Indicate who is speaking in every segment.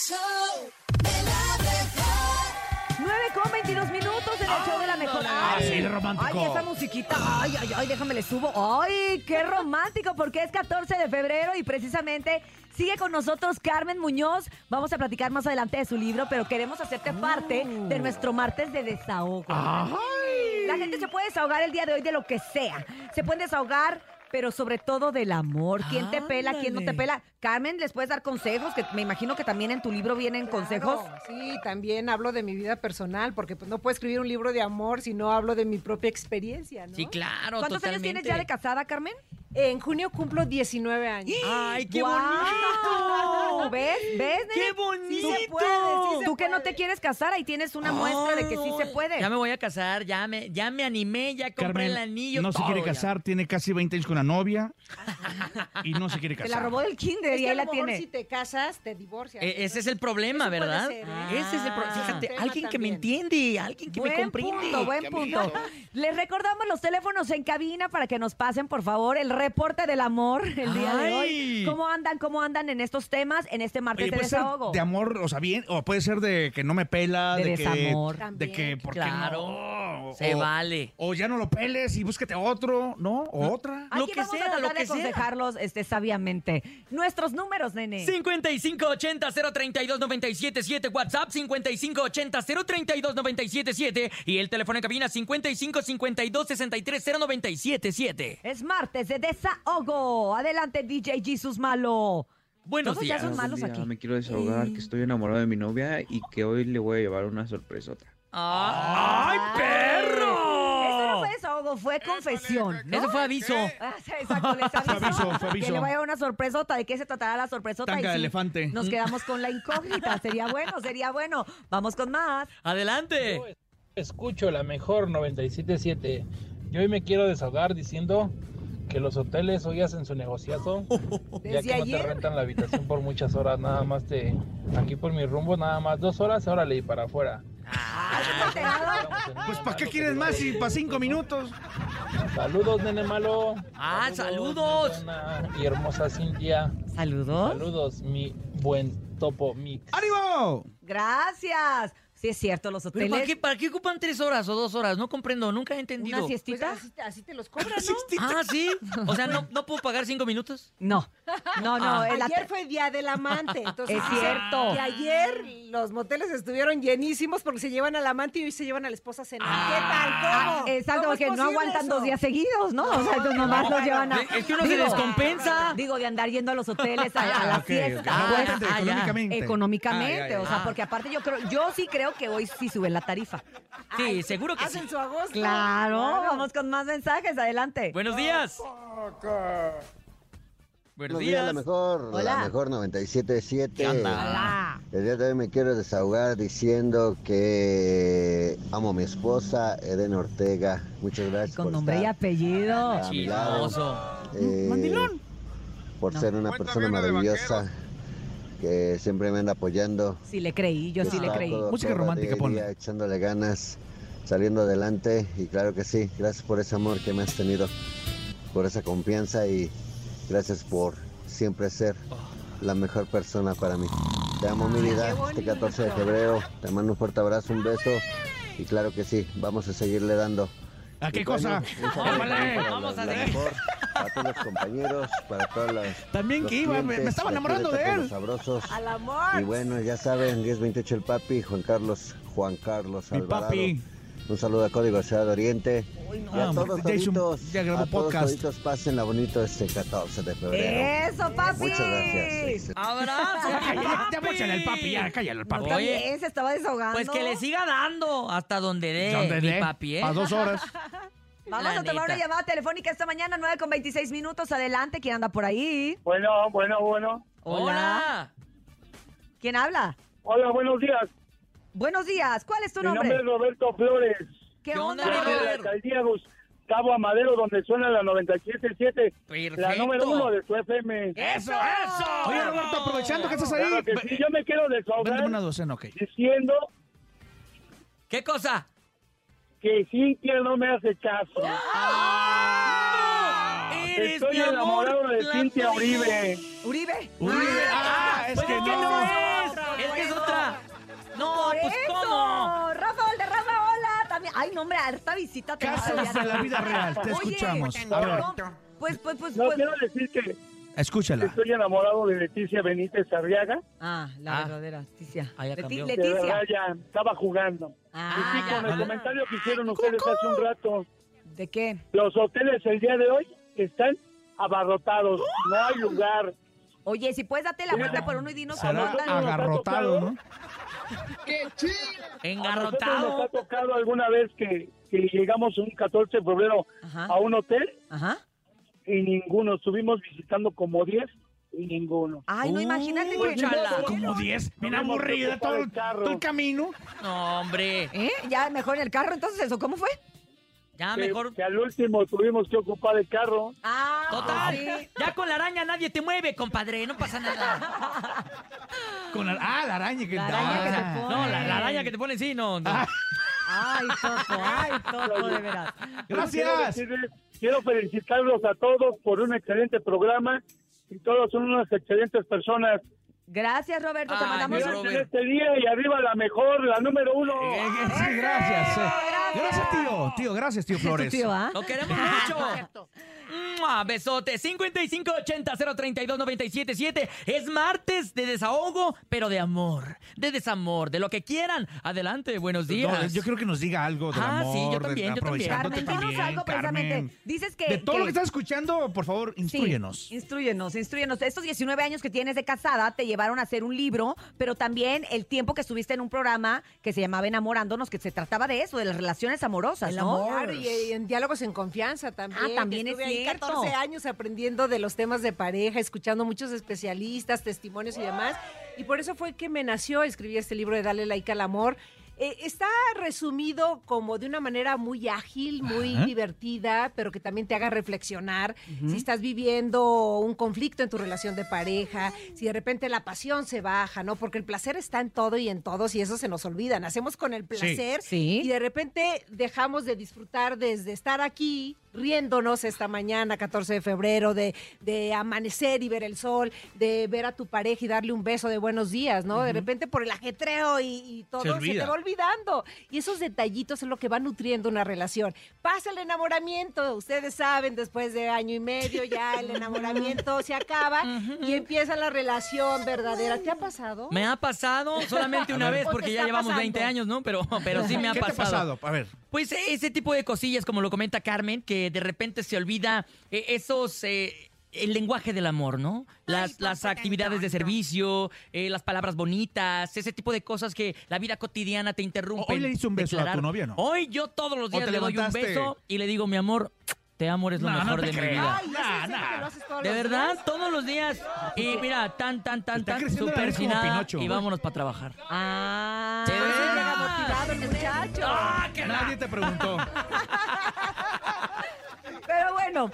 Speaker 1: show de la mejor.
Speaker 2: 9 con 22 minutos en el show de la mejor.
Speaker 3: Ah, sí, romántico.
Speaker 2: Ay, esa musiquita. Ay, ay, ay, déjame le subo. Ay, qué romántico, porque es 14 de febrero y precisamente sigue con nosotros Carmen Muñoz. Vamos a platicar más adelante de su libro, pero queremos hacerte parte de nuestro martes de desahogo.
Speaker 3: ¡Ay!
Speaker 2: La gente se puede desahogar el día de hoy de lo que sea. Se pueden desahogar, pero sobre todo del amor. ¿Quién te pela? ¿Quién no te
Speaker 3: Ándale.
Speaker 2: pela? Carmen, ¿les puedes dar consejos? Que me imagino que también en tu libro vienen consejos.
Speaker 4: Claro, Sí, también hablo de mi vida personal, porque pues, no puedo escribir un libro de amor si no hablo de mi propia experiencia, ¿no?
Speaker 3: Sí, claro,
Speaker 2: ¿Cuántos años
Speaker 3: totalmente.
Speaker 2: tienes ya de casada, Carmen?
Speaker 4: En junio cumplo 19 años.
Speaker 2: ¡Ah!
Speaker 3: ¡Ay, qué
Speaker 2: ¡Guau!
Speaker 3: bonito!
Speaker 2: ¿Ves? ¿Ves?
Speaker 3: ¡Qué
Speaker 2: nene? Sí se
Speaker 3: bonito!
Speaker 2: puede, sí se Tú que no te quieres casar, ahí tienes una muestra de que sí se puede.
Speaker 3: Ya me voy a casar, ya me, ya me animé, ya compré
Speaker 5: Carmen
Speaker 3: el anillo.
Speaker 5: no se
Speaker 3: todo
Speaker 5: quiere
Speaker 3: ya.
Speaker 5: casar, tiene casi 20 años con la novia y no se quiere
Speaker 2: Te
Speaker 5: casar.
Speaker 2: la robó del kinder
Speaker 4: Es
Speaker 2: y
Speaker 4: que a
Speaker 2: ahí
Speaker 4: lo
Speaker 2: la
Speaker 4: mejor
Speaker 2: tiene.
Speaker 4: si te casas, te divorcias.
Speaker 3: E- ese es el
Speaker 4: Entonces,
Speaker 3: problema,
Speaker 4: eso puede
Speaker 3: ¿verdad?
Speaker 4: ser, ¿eh?
Speaker 3: Ese es el problema.
Speaker 4: Ah.
Speaker 3: Fíjate,
Speaker 4: Tema
Speaker 3: alguien que me
Speaker 4: también.
Speaker 3: entiende, alguien que me
Speaker 2: Buen
Speaker 3: comprende.
Speaker 2: punto, buen punto. Les recordamos los teléfonos en cabina para que nos pasen, por favor, el reporte del amor el día de hoy.
Speaker 3: Ay. pues, eh,
Speaker 2: ¿Cómo andan, cómo andan en estos temas, en este martes
Speaker 5: Oye,
Speaker 2: de
Speaker 5: puede ser
Speaker 2: desahogo?
Speaker 5: de amor, o sea, bien, o puede ser de que no me pela,
Speaker 2: De
Speaker 5: de,
Speaker 2: desamor.
Speaker 5: que, de
Speaker 4: También,
Speaker 5: que ¿por qué
Speaker 3: claro.
Speaker 5: no? O-
Speaker 3: Se vale.
Speaker 5: O ya no lo peles y búscate otro, ¿no? O otra.
Speaker 2: Aquí
Speaker 3: lo que
Speaker 2: vamos
Speaker 3: sea,
Speaker 2: a tratar
Speaker 3: lo
Speaker 2: de
Speaker 3: que sea.
Speaker 2: aconsejarlos este, sabiamente. Nuestros números, nene.
Speaker 3: 5580-032-977, WhatsApp 5580-032-977 y el teléfono en cabina 5552-630977.
Speaker 2: Es martes de desahogo. Adelante, DJ Jesus Malo.
Speaker 3: Buenos
Speaker 2: Todos ya
Speaker 3: días.
Speaker 2: son malos
Speaker 6: Buenos días,
Speaker 2: aquí. Eh.
Speaker 6: Me quiero desahogar que estoy enamorado de mi novia y que hoy le voy a llevar una sorpresota.
Speaker 3: Ah. ¡Ay,
Speaker 2: Eso no
Speaker 3: perro!
Speaker 2: fue desahogo, fue confesión. ¿no?
Speaker 3: Eso fue aviso.
Speaker 2: Ah, sí, Exacto, les avisó
Speaker 5: Fue aviso, fue
Speaker 2: Que
Speaker 5: aviso.
Speaker 2: le vaya una sorpresota. ¿De qué se tratará la sorpresota?
Speaker 5: Tanga
Speaker 2: Y
Speaker 5: de
Speaker 2: sí,
Speaker 5: elefante.
Speaker 2: Nos quedamos con la incógnita. Sería bueno, sería bueno. Vamos con más.
Speaker 3: Adelante.
Speaker 7: Escucho la mejor 97.7. Yo hoy me quiero desahogar diciendo que los hoteles hoy hacen su negociazo, ya
Speaker 4: Desde
Speaker 7: que no te
Speaker 4: ayer.
Speaker 7: rentan la habitación por muchas horas, nada más te... Aquí por mi rumbo, nada más dos horas, órale, y para afuera.
Speaker 3: Ah.
Speaker 5: Ah. Pues ¿para qué quieres más y para cinco minutos?
Speaker 7: Saludos, nene malo.
Speaker 3: Ah, saludos.
Speaker 7: mi buena Y hermosa Cintia.
Speaker 5: ¿Ah?
Speaker 3: Saludos.
Speaker 7: Saludos, mi buen topo mix.
Speaker 5: ¡Ánimo!
Speaker 2: Gracias. Sí, es cierto, los
Speaker 3: ¿Pero para
Speaker 2: hoteles.
Speaker 3: qué, para qué ocupan tres horas o dos horas? No comprendo, nunca he
Speaker 2: ¿Una
Speaker 3: entendido.
Speaker 4: Pues
Speaker 2: siestita?
Speaker 4: así, así te los cobran,
Speaker 5: Sí,
Speaker 4: ¿no?
Speaker 5: sí.
Speaker 3: Ah, sí. O sea, ¿no, no puedo pagar cinco minutos?
Speaker 2: No. No, no.
Speaker 3: Ah.
Speaker 2: el
Speaker 4: Ayer
Speaker 2: ate-
Speaker 4: fue Día del Amante, entonces
Speaker 2: Es
Speaker 4: dicen
Speaker 2: cierto.
Speaker 4: que ayer los moteles estuvieron llenísimos porque se llevan al amante y hoy se llevan a la esposa a cenar.
Speaker 2: Ah,
Speaker 4: ¿Qué tal? ¿Cómo?
Speaker 2: Exacto,
Speaker 4: ¿Cómo es
Speaker 2: porque no
Speaker 4: posible
Speaker 2: aguantan
Speaker 4: eso?
Speaker 2: dos días seguidos, ¿no? O sea, entonces nomás los llevan a.
Speaker 3: Es que uno se descompensa.
Speaker 2: Digo, de andar yendo a los hoteles, a, a la
Speaker 5: Ah, ok, ok.
Speaker 2: fiesta.
Speaker 5: No
Speaker 2: pues,
Speaker 5: aguantan
Speaker 3: ah, ya.
Speaker 5: económicamente.
Speaker 2: económicamente,
Speaker 5: Ah, ya, ya,
Speaker 2: o sea,
Speaker 3: Ah.
Speaker 2: porque aparte yo creo, yo sí creo que hoy sí sube la tarifa.
Speaker 3: Sí, seguro que sí.
Speaker 4: Hacen su agosto.
Speaker 2: Claro, vamos con más mensajes, adelante.
Speaker 5: Ah,
Speaker 3: Buenos días. Buenos
Speaker 8: Buenos días,
Speaker 3: días.
Speaker 8: la mejor,
Speaker 2: Hola.
Speaker 8: la mejor 97.7.
Speaker 3: ¿Qué onda?
Speaker 2: Hola.
Speaker 8: El día de hoy me quiero desahogar diciendo que amo a mi esposa, Eden Ortega. Muchas gracias
Speaker 2: Con
Speaker 8: por
Speaker 2: nombre y
Speaker 8: estar,
Speaker 2: apellido.
Speaker 8: Ah, mi lado.
Speaker 3: Chismoso.
Speaker 8: eh,
Speaker 2: Mandilón.
Speaker 8: Por
Speaker 2: No.
Speaker 8: ser una persona maravillosa que siempre me anda apoyando.
Speaker 2: Sí le creí, yo
Speaker 8: que
Speaker 2: sí le
Speaker 8: está
Speaker 2: creí.
Speaker 8: codo a
Speaker 5: Música
Speaker 8: codo,
Speaker 5: romántica,
Speaker 8: día a
Speaker 5: ponle.
Speaker 8: día, Echándole ganas, saliendo adelante y claro que sí, gracias por ese amor que me has tenido, por esa confianza y gracias por siempre ser la mejor persona para mí. Te amo mi vida, este 14 de febrero, te mando un fuerte abrazo, un beso y claro que sí, vamos a seguirle dando.
Speaker 5: ¿A
Speaker 8: Y
Speaker 5: qué
Speaker 8: bueno,
Speaker 5: cosa?
Speaker 8: un saludo
Speaker 3: Órale,
Speaker 8: también para
Speaker 3: vamos
Speaker 8: la-
Speaker 3: a
Speaker 8: la
Speaker 3: seguir.
Speaker 8: mejor, Para todos los compañeros, para todos los
Speaker 5: También
Speaker 8: los
Speaker 5: que iba, me, me
Speaker 8: clientes
Speaker 5: estaba
Speaker 8: de aquí de
Speaker 5: enamorando de
Speaker 8: Tacos
Speaker 5: él.
Speaker 8: Sabrosos.
Speaker 4: Al amor.
Speaker 8: Y bueno, ya saben, 1028 el papi, Juan Carlos, Juan Carlos
Speaker 5: Mi
Speaker 8: Alvarado.
Speaker 5: papi.
Speaker 8: Un saludo a Código Ciudad de Oriente. y a
Speaker 5: no, pues,
Speaker 8: todos
Speaker 5: ya hizo un-
Speaker 8: toditos,
Speaker 5: ya grabó
Speaker 8: a todos
Speaker 5: podcast.
Speaker 8: toditos, pásenla bonito este 14 de febrero.
Speaker 2: Eso, papi.
Speaker 8: Muchas gracias.
Speaker 3: Abrazo.
Speaker 5: Ay, ya, ya
Speaker 3: papi.
Speaker 5: bóchale al papi, ya cállale al papi.
Speaker 3: No, Oye.
Speaker 2: También se estaba desahogando.
Speaker 3: Pues que le siga dando hasta donde dé,
Speaker 5: ¿Dónde
Speaker 3: mi
Speaker 5: de?
Speaker 3: papi, ¿eh?
Speaker 5: A dos horas.
Speaker 2: Vamos
Speaker 3: La
Speaker 2: a tomar una
Speaker 3: neta.
Speaker 2: llamada telefónica esta mañana, 9 con 26 minutos. Adelante, ¿quién anda por ahí?
Speaker 9: Bueno, bueno, bueno.
Speaker 3: Hola.
Speaker 2: ¿Quién habla?
Speaker 9: Hola, buenos días.
Speaker 2: Buenos días, ¿cuál es tu
Speaker 9: Mi nombre?
Speaker 2: nombre?
Speaker 9: es Roberto Flores.
Speaker 2: ¿Qué
Speaker 3: ¿Qué
Speaker 2: onda,
Speaker 3: onda,
Speaker 9: Soy de la
Speaker 2: Robert?
Speaker 3: Robert?
Speaker 9: alcaldía Gustavo Amadero, donde suena la 97.7,
Speaker 3: Perfecto.
Speaker 9: la número uno de su FM.
Speaker 3: ¡Eso, eso!
Speaker 5: Oye, Roberto, aprovechando que estás ahí.
Speaker 9: Claro que sí, yo me quiero
Speaker 5: Véndeme una
Speaker 9: desahogar
Speaker 5: docena, ok.
Speaker 9: diciendo
Speaker 3: ¿Qué cosa?
Speaker 9: que Cintia no me hace caso.
Speaker 3: Eres
Speaker 9: Estoy
Speaker 3: mi amor
Speaker 9: enamorado de
Speaker 3: platónico.
Speaker 9: Cintia Uribe.
Speaker 2: Uribe.
Speaker 5: Uribe, ah, es
Speaker 3: Pues
Speaker 5: que no.
Speaker 3: es. Pues, Es que
Speaker 2: Ay, no, hombre, harta visita. tenemos
Speaker 5: Casos
Speaker 2: al día
Speaker 5: de la vida real, te
Speaker 2: Oye,
Speaker 5: escuchamos.
Speaker 2: no,
Speaker 5: A ver.
Speaker 2: no, Pues, pues, pues,
Speaker 9: No
Speaker 2: pues-
Speaker 9: quiero decir que
Speaker 5: Escúchala.
Speaker 9: estoy enamorado de Leticia Benítez Arriaga.
Speaker 2: Ah, la
Speaker 3: Ah.
Speaker 2: verdadera Leticia.
Speaker 3: Ah, ya
Speaker 2: Leti-
Speaker 3: cambió.
Speaker 9: que De verdad
Speaker 2: Leticia.
Speaker 9: ya estaba jugando.
Speaker 2: Ah,
Speaker 9: y sí,
Speaker 2: ya.
Speaker 9: con el comentario que hicieron ustedes hace un rato,
Speaker 2: ¿De qué?
Speaker 9: los hoteles el día de hoy están abarrotados. No hay lugar.
Speaker 2: Oye, si puedes date la vuelta por uno y dinos
Speaker 5: Será
Speaker 2: cómo andan.
Speaker 5: agarrotado, ¿no?
Speaker 9: A nosotros nos
Speaker 3: Engarrotado.
Speaker 9: ha tocado alguna vez que, que llegamos un 14 de febrero
Speaker 2: Ajá,
Speaker 9: a un hotel
Speaker 2: ajá.
Speaker 9: y ninguno. Estuvimos visitando como 10 y ninguno.
Speaker 2: Ay, no, imagínate
Speaker 3: Uy,
Speaker 2: que...
Speaker 3: chala.
Speaker 5: Como 10, bien aburrida todo, el- todo el camino.
Speaker 3: No, hombre.
Speaker 2: ¿Eh? Ya mejor en el carro, entonces, ¿eso cómo fue?
Speaker 3: Ya
Speaker 9: Que-
Speaker 3: mejor.
Speaker 9: que al último tuvimos que ocupar el carro.
Speaker 2: Ah,
Speaker 3: Total.
Speaker 2: sí.
Speaker 3: Ya con la araña nadie te mueve, compadre. No pasa nada.
Speaker 5: Con la- ah, la araña que
Speaker 2: La araña que
Speaker 5: Ah.
Speaker 2: te pone. Ah.
Speaker 3: No, la, la araña que te ponen, sí, no. no.
Speaker 2: Ay, Toto, ay, Toto, de veras.
Speaker 9: Quiero,
Speaker 5: Gracias.
Speaker 9: decirles- quiero felicitarlos a todos por un excelente programa y todos son unas excelentes personas.
Speaker 2: Gracias, Roberto, te
Speaker 3: Ay,
Speaker 2: mandamos
Speaker 3: mi
Speaker 2: un...
Speaker 3: Ro-
Speaker 9: Cuídense
Speaker 3: Robert.
Speaker 9: en este día y arriba la mejor, la número uno.
Speaker 5: Eh, eh, sí, gracias. eh.
Speaker 2: Gracias.
Speaker 5: Gracias, tío. Tío, gracias, tío
Speaker 2: Sí, tu
Speaker 5: Flores.
Speaker 2: tío, ¿ah?
Speaker 3: Lo queremos mucho. ¡Mua! Besote. 5580-032-977. Es martes de desahogo, pero de amor. De desamor, de lo que quieran. Adelante, buenos días.
Speaker 5: No, yo quiero que nos diga algo del
Speaker 3: Ah,
Speaker 5: amor,
Speaker 3: sí, yo
Speaker 5: de-
Speaker 3: también, yo también.
Speaker 5: aprovechándote
Speaker 2: Carmen, dinos
Speaker 5: también,
Speaker 2: algo
Speaker 5: Carmen.
Speaker 2: precisamente. Dices que...
Speaker 5: De todo lo que
Speaker 2: que-
Speaker 5: estás escuchando, por favor,
Speaker 2: Sí,
Speaker 5: instruyenos.
Speaker 2: instruyenos, instruyenos. Estos 19 años que tienes de casada te llevaron a hacer un libro, pero también el tiempo que estuviste en un programa que se llamaba Enamorándonos, que se trataba de eso, de las relaciones amorosas,
Speaker 3: El
Speaker 2: ¿no?
Speaker 3: amor.
Speaker 4: Claro, y, y en diálogos en confianza también.
Speaker 2: Ah,
Speaker 4: que
Speaker 2: también es
Speaker 4: estuve ahí
Speaker 2: cierto.
Speaker 4: 14 años aprendiendo de los temas de pareja, escuchando muchos especialistas, testimonios y demás. Y por eso fue que me nació escribir este libro de Dale like al amor. Eh, está resumido como de una manera muy ágil, muy divertida, pero que también te haga reflexionar si estás viviendo un conflicto en tu relación de pareja, si de repente la pasión se baja, ¿no? Porque el placer está en todo y en todos y eso se nos olvida. Nacemos con el placer
Speaker 2: Sí.
Speaker 4: y de repente dejamos de disfrutar desde estar aquí riéndonos esta mañana, 14 de febrero, de, de amanecer y ver el sol, de ver a tu pareja y darle un beso de buenos días, ¿no? De repente por el ajetreo y, y todo
Speaker 5: Se
Speaker 4: se, te
Speaker 5: olvida.
Speaker 4: va olvidando. Y esos detallitos es lo que va nutriendo una relación. Pasa el enamoramiento, ustedes saben, después de año y medio ya el enamoramiento se acaba y empieza la relación verdadera. ¿Te ha pasado?
Speaker 3: Me ha pasado solamente
Speaker 5: A
Speaker 3: una
Speaker 5: ver.
Speaker 3: vez,
Speaker 4: ¿O te
Speaker 3: porque
Speaker 4: está
Speaker 3: ya llevamos
Speaker 4: pasando?
Speaker 3: 20 años, ¿no? Pero, pero sí me ha
Speaker 5: ¿Qué
Speaker 3: pasado.
Speaker 5: te ha pasado? A ver.
Speaker 3: Pues eh, ese tipo de cosillas, como lo comenta Carmen, que de repente se olvida eh, esos... eh, el lenguaje del amor, ¿no? Las, las actividades de servicio, eh, las palabras bonitas, ese tipo de cosas que la vida cotidiana te interrumpe.
Speaker 5: ¿Hoy le diste un beso a tu novia, no?
Speaker 3: Hoy yo todos los
Speaker 5: ¿O
Speaker 3: días
Speaker 5: te
Speaker 3: le doy un
Speaker 5: levantaste?
Speaker 3: beso y le digo, mi amor, te amo, eres lo
Speaker 5: No, no
Speaker 3: mejor
Speaker 5: te
Speaker 3: de mi
Speaker 5: creas.
Speaker 3: vida.
Speaker 4: Ay, eso Pues
Speaker 5: Nah,
Speaker 4: es cierto que
Speaker 5: nah.
Speaker 4: lo haces todos
Speaker 3: De
Speaker 4: los
Speaker 3: verdad,
Speaker 4: días.
Speaker 3: todos los días. Y mira, tan, tan, tan,
Speaker 5: Está
Speaker 3: tan,
Speaker 5: creciendo la
Speaker 3: súper
Speaker 5: nariz como
Speaker 3: finada,
Speaker 5: Pinocho.
Speaker 3: Y vámonos para trabajar.
Speaker 2: Ah,
Speaker 3: Sí.
Speaker 2: por eso llega motivado el muchacho.
Speaker 5: Nadie te preguntó. Ah,
Speaker 2: Pero bueno,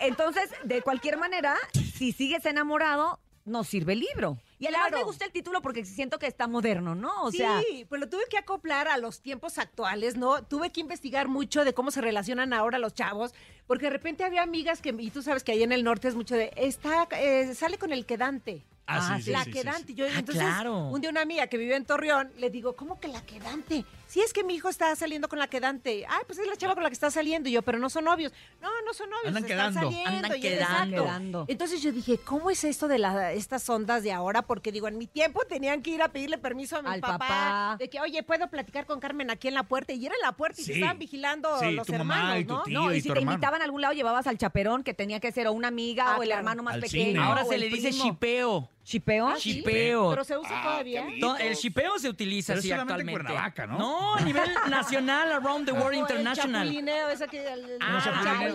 Speaker 2: entonces, de cualquier manera, si sigues enamorado, nos sirve el libro. Y además
Speaker 4: Claro.
Speaker 2: me gusta el título porque siento que está moderno, ¿no? O sea,
Speaker 4: sí, pues lo tuve que acoplar a los tiempos actuales, ¿no? Tuve que investigar mucho de cómo se relacionan ahora los chavos, porque de repente había amigas que, y tú sabes que ahí en el norte es mucho de, está, eh, sale con el quedante.
Speaker 5: Ah, sí, sí,
Speaker 4: la
Speaker 5: sí, sí,
Speaker 4: quedante.
Speaker 5: sí.
Speaker 4: Yo,
Speaker 3: Ah,
Speaker 4: entonces,
Speaker 3: claro.
Speaker 4: un día una amiga que vive en Torreón, le digo, ¿cómo que la quedante? Si es que mi hijo está saliendo con la quedante. Ay, pues es la chava con la que está saliendo. Y yo, pero no son novios. No, no son novios.
Speaker 5: Andan
Speaker 4: están
Speaker 5: quedando.
Speaker 4: saliendo,
Speaker 3: Andan
Speaker 4: y es-
Speaker 3: quedando.
Speaker 4: exacto.
Speaker 2: Quedando.
Speaker 4: Entonces yo dije, ¿cómo es esto de la- estas ondas de ahora? Porque digo, en mi tiempo tenían que ir a pedirle permiso a mi
Speaker 2: Al
Speaker 4: papá,
Speaker 2: papá.
Speaker 4: De que, oye, ¿puedo platicar con Carmen aquí en la puerta? Y era en la puerta y se
Speaker 5: Sí.
Speaker 4: estaban vigilando
Speaker 5: Sí,
Speaker 4: los
Speaker 5: tu mamá
Speaker 4: hermanos,
Speaker 5: y tu
Speaker 4: ¿no?
Speaker 5: tío.
Speaker 2: no, y
Speaker 5: y
Speaker 2: si
Speaker 5: tu
Speaker 2: te
Speaker 5: hermano.
Speaker 2: invitaban a algún lado, llevabas al chaperón, que tenía que ser o una amiga
Speaker 4: Ah,
Speaker 2: o el
Speaker 4: claro.
Speaker 2: hermano más
Speaker 5: Al
Speaker 2: pequeño.
Speaker 5: cine.
Speaker 3: Ahora
Speaker 2: o
Speaker 3: se
Speaker 2: el
Speaker 3: le dice
Speaker 2: primo.
Speaker 3: chipeo.
Speaker 2: ¿Chipeo?
Speaker 5: Ah,
Speaker 3: Chipeo.
Speaker 4: Pero se usa todavía.
Speaker 3: To- el shipeo se utiliza
Speaker 5: Pero
Speaker 3: así
Speaker 5: solamente en
Speaker 3: actualmente.
Speaker 5: Cuernavaca, ¿no?
Speaker 3: No, a nivel nacional, around the
Speaker 4: O
Speaker 3: world,
Speaker 4: el
Speaker 3: international.
Speaker 4: chapulineo, ese que- el,
Speaker 3: Ah,
Speaker 4: el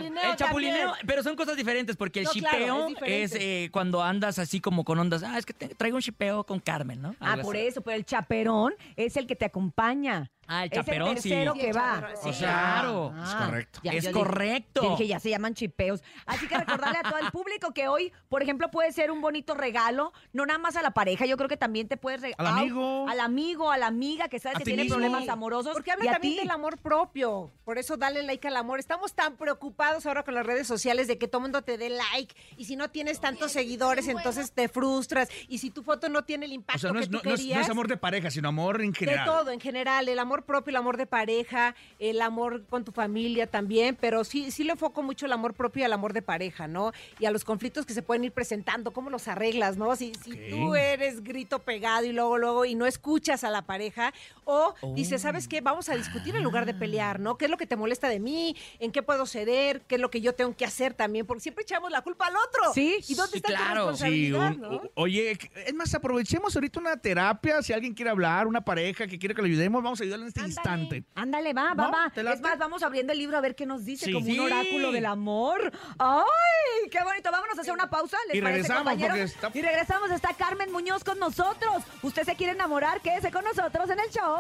Speaker 3: el chapulineo,
Speaker 4: también.
Speaker 3: pero son cosas diferentes porque el
Speaker 4: No, claro,
Speaker 3: shipeo
Speaker 4: es diferente.
Speaker 3: es, eh, cuando andas así como con ondas, ah, es que te- traigo un shipeo con Carmen, ¿no?
Speaker 2: Ah,
Speaker 3: Algo
Speaker 2: por
Speaker 3: así.
Speaker 2: eso, pero el chaperón es el que te acompaña.
Speaker 3: Ah, el
Speaker 2: Es el
Speaker 3: chaperón sí.
Speaker 2: tercero
Speaker 4: Sí, Ah.
Speaker 2: que
Speaker 4: el
Speaker 2: va.
Speaker 4: chaperón,
Speaker 3: sí. O sea, Claro.
Speaker 5: es correcto.
Speaker 3: Es
Speaker 2: Ah, yo dije-
Speaker 3: correcto.
Speaker 2: yo dije, ya se llaman chipeos. Así que recordarle a todo el público que hoy, por ejemplo, puede ser un bonito regalo, no nada más a la pareja, yo creo que también te puedes regalar.
Speaker 5: Al amigo.
Speaker 2: Al amigo, a la amiga que sabes
Speaker 5: A
Speaker 2: que
Speaker 5: ti
Speaker 2: tiene
Speaker 5: mismo.
Speaker 2: problemas amorosos.
Speaker 4: Porque
Speaker 2: y
Speaker 4: habla
Speaker 2: a
Speaker 4: también
Speaker 2: ti.
Speaker 4: del amor propio. Por eso dale like al amor. Estamos tan preocupados ahora con las redes sociales de que todo mundo te dé like. Y si no tienes tantos seguidores, entonces te frustras. Y si tu foto no tiene el impacto
Speaker 5: O sea, no
Speaker 4: que
Speaker 5: es,
Speaker 4: tú
Speaker 5: no- no es- no es
Speaker 4: querías,
Speaker 5: amor de pareja, sino amor en
Speaker 4: de
Speaker 5: general.
Speaker 4: todo en general, el amor amor propio, el amor de pareja, el amor con tu familia también, pero sí, sí le enfoco mucho el amor propio y al amor de pareja, ¿no? Y a los conflictos que se pueden ir presentando, cómo los arreglas, ¿no? Si, si tú eres grito pegado y luego, luego, y no escuchas a la pareja, o dices, ¿sabes qué? Vamos a discutir en lugar de pelear, ¿no? ¿Qué es lo que te molesta de mí? ¿En qué puedo ceder? ¿Qué es lo que yo tengo que hacer también? Porque siempre echamos la culpa al otro.
Speaker 2: Sí,
Speaker 4: ¿Y dónde
Speaker 3: sí,
Speaker 4: está
Speaker 3: claro.
Speaker 4: tu
Speaker 5: Sí,
Speaker 4: responsabilidad,
Speaker 5: un-
Speaker 4: no?
Speaker 5: o- oye, es más, aprovechemos ahorita una terapia. Si alguien quiere hablar, una pareja que quiere que le ayudemos, vamos a ayudarle en este
Speaker 2: Ándale,
Speaker 5: instante.
Speaker 2: Ándale, va, va,
Speaker 5: ¿No?
Speaker 2: va.
Speaker 5: ¿Te late?
Speaker 2: Es más, vamos abriendo el libro a ver qué nos dice
Speaker 5: Sí.
Speaker 2: como
Speaker 3: Sí.
Speaker 2: un oráculo del amor. ¡Ay! ¡Qué bonito! Vámonos a hacer una pausa. ¿les
Speaker 5: Y
Speaker 2: parece,
Speaker 5: regresamos,
Speaker 2: compañeros?
Speaker 5: porque está-
Speaker 2: Y regresamos. Está Carmen Muñoz con nosotros. Usted se quiere enamorar, quédese con nosotros en el show.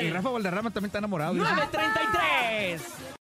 Speaker 5: Y, y Rafa Valderrama también está enamorado. dice.
Speaker 3: 933.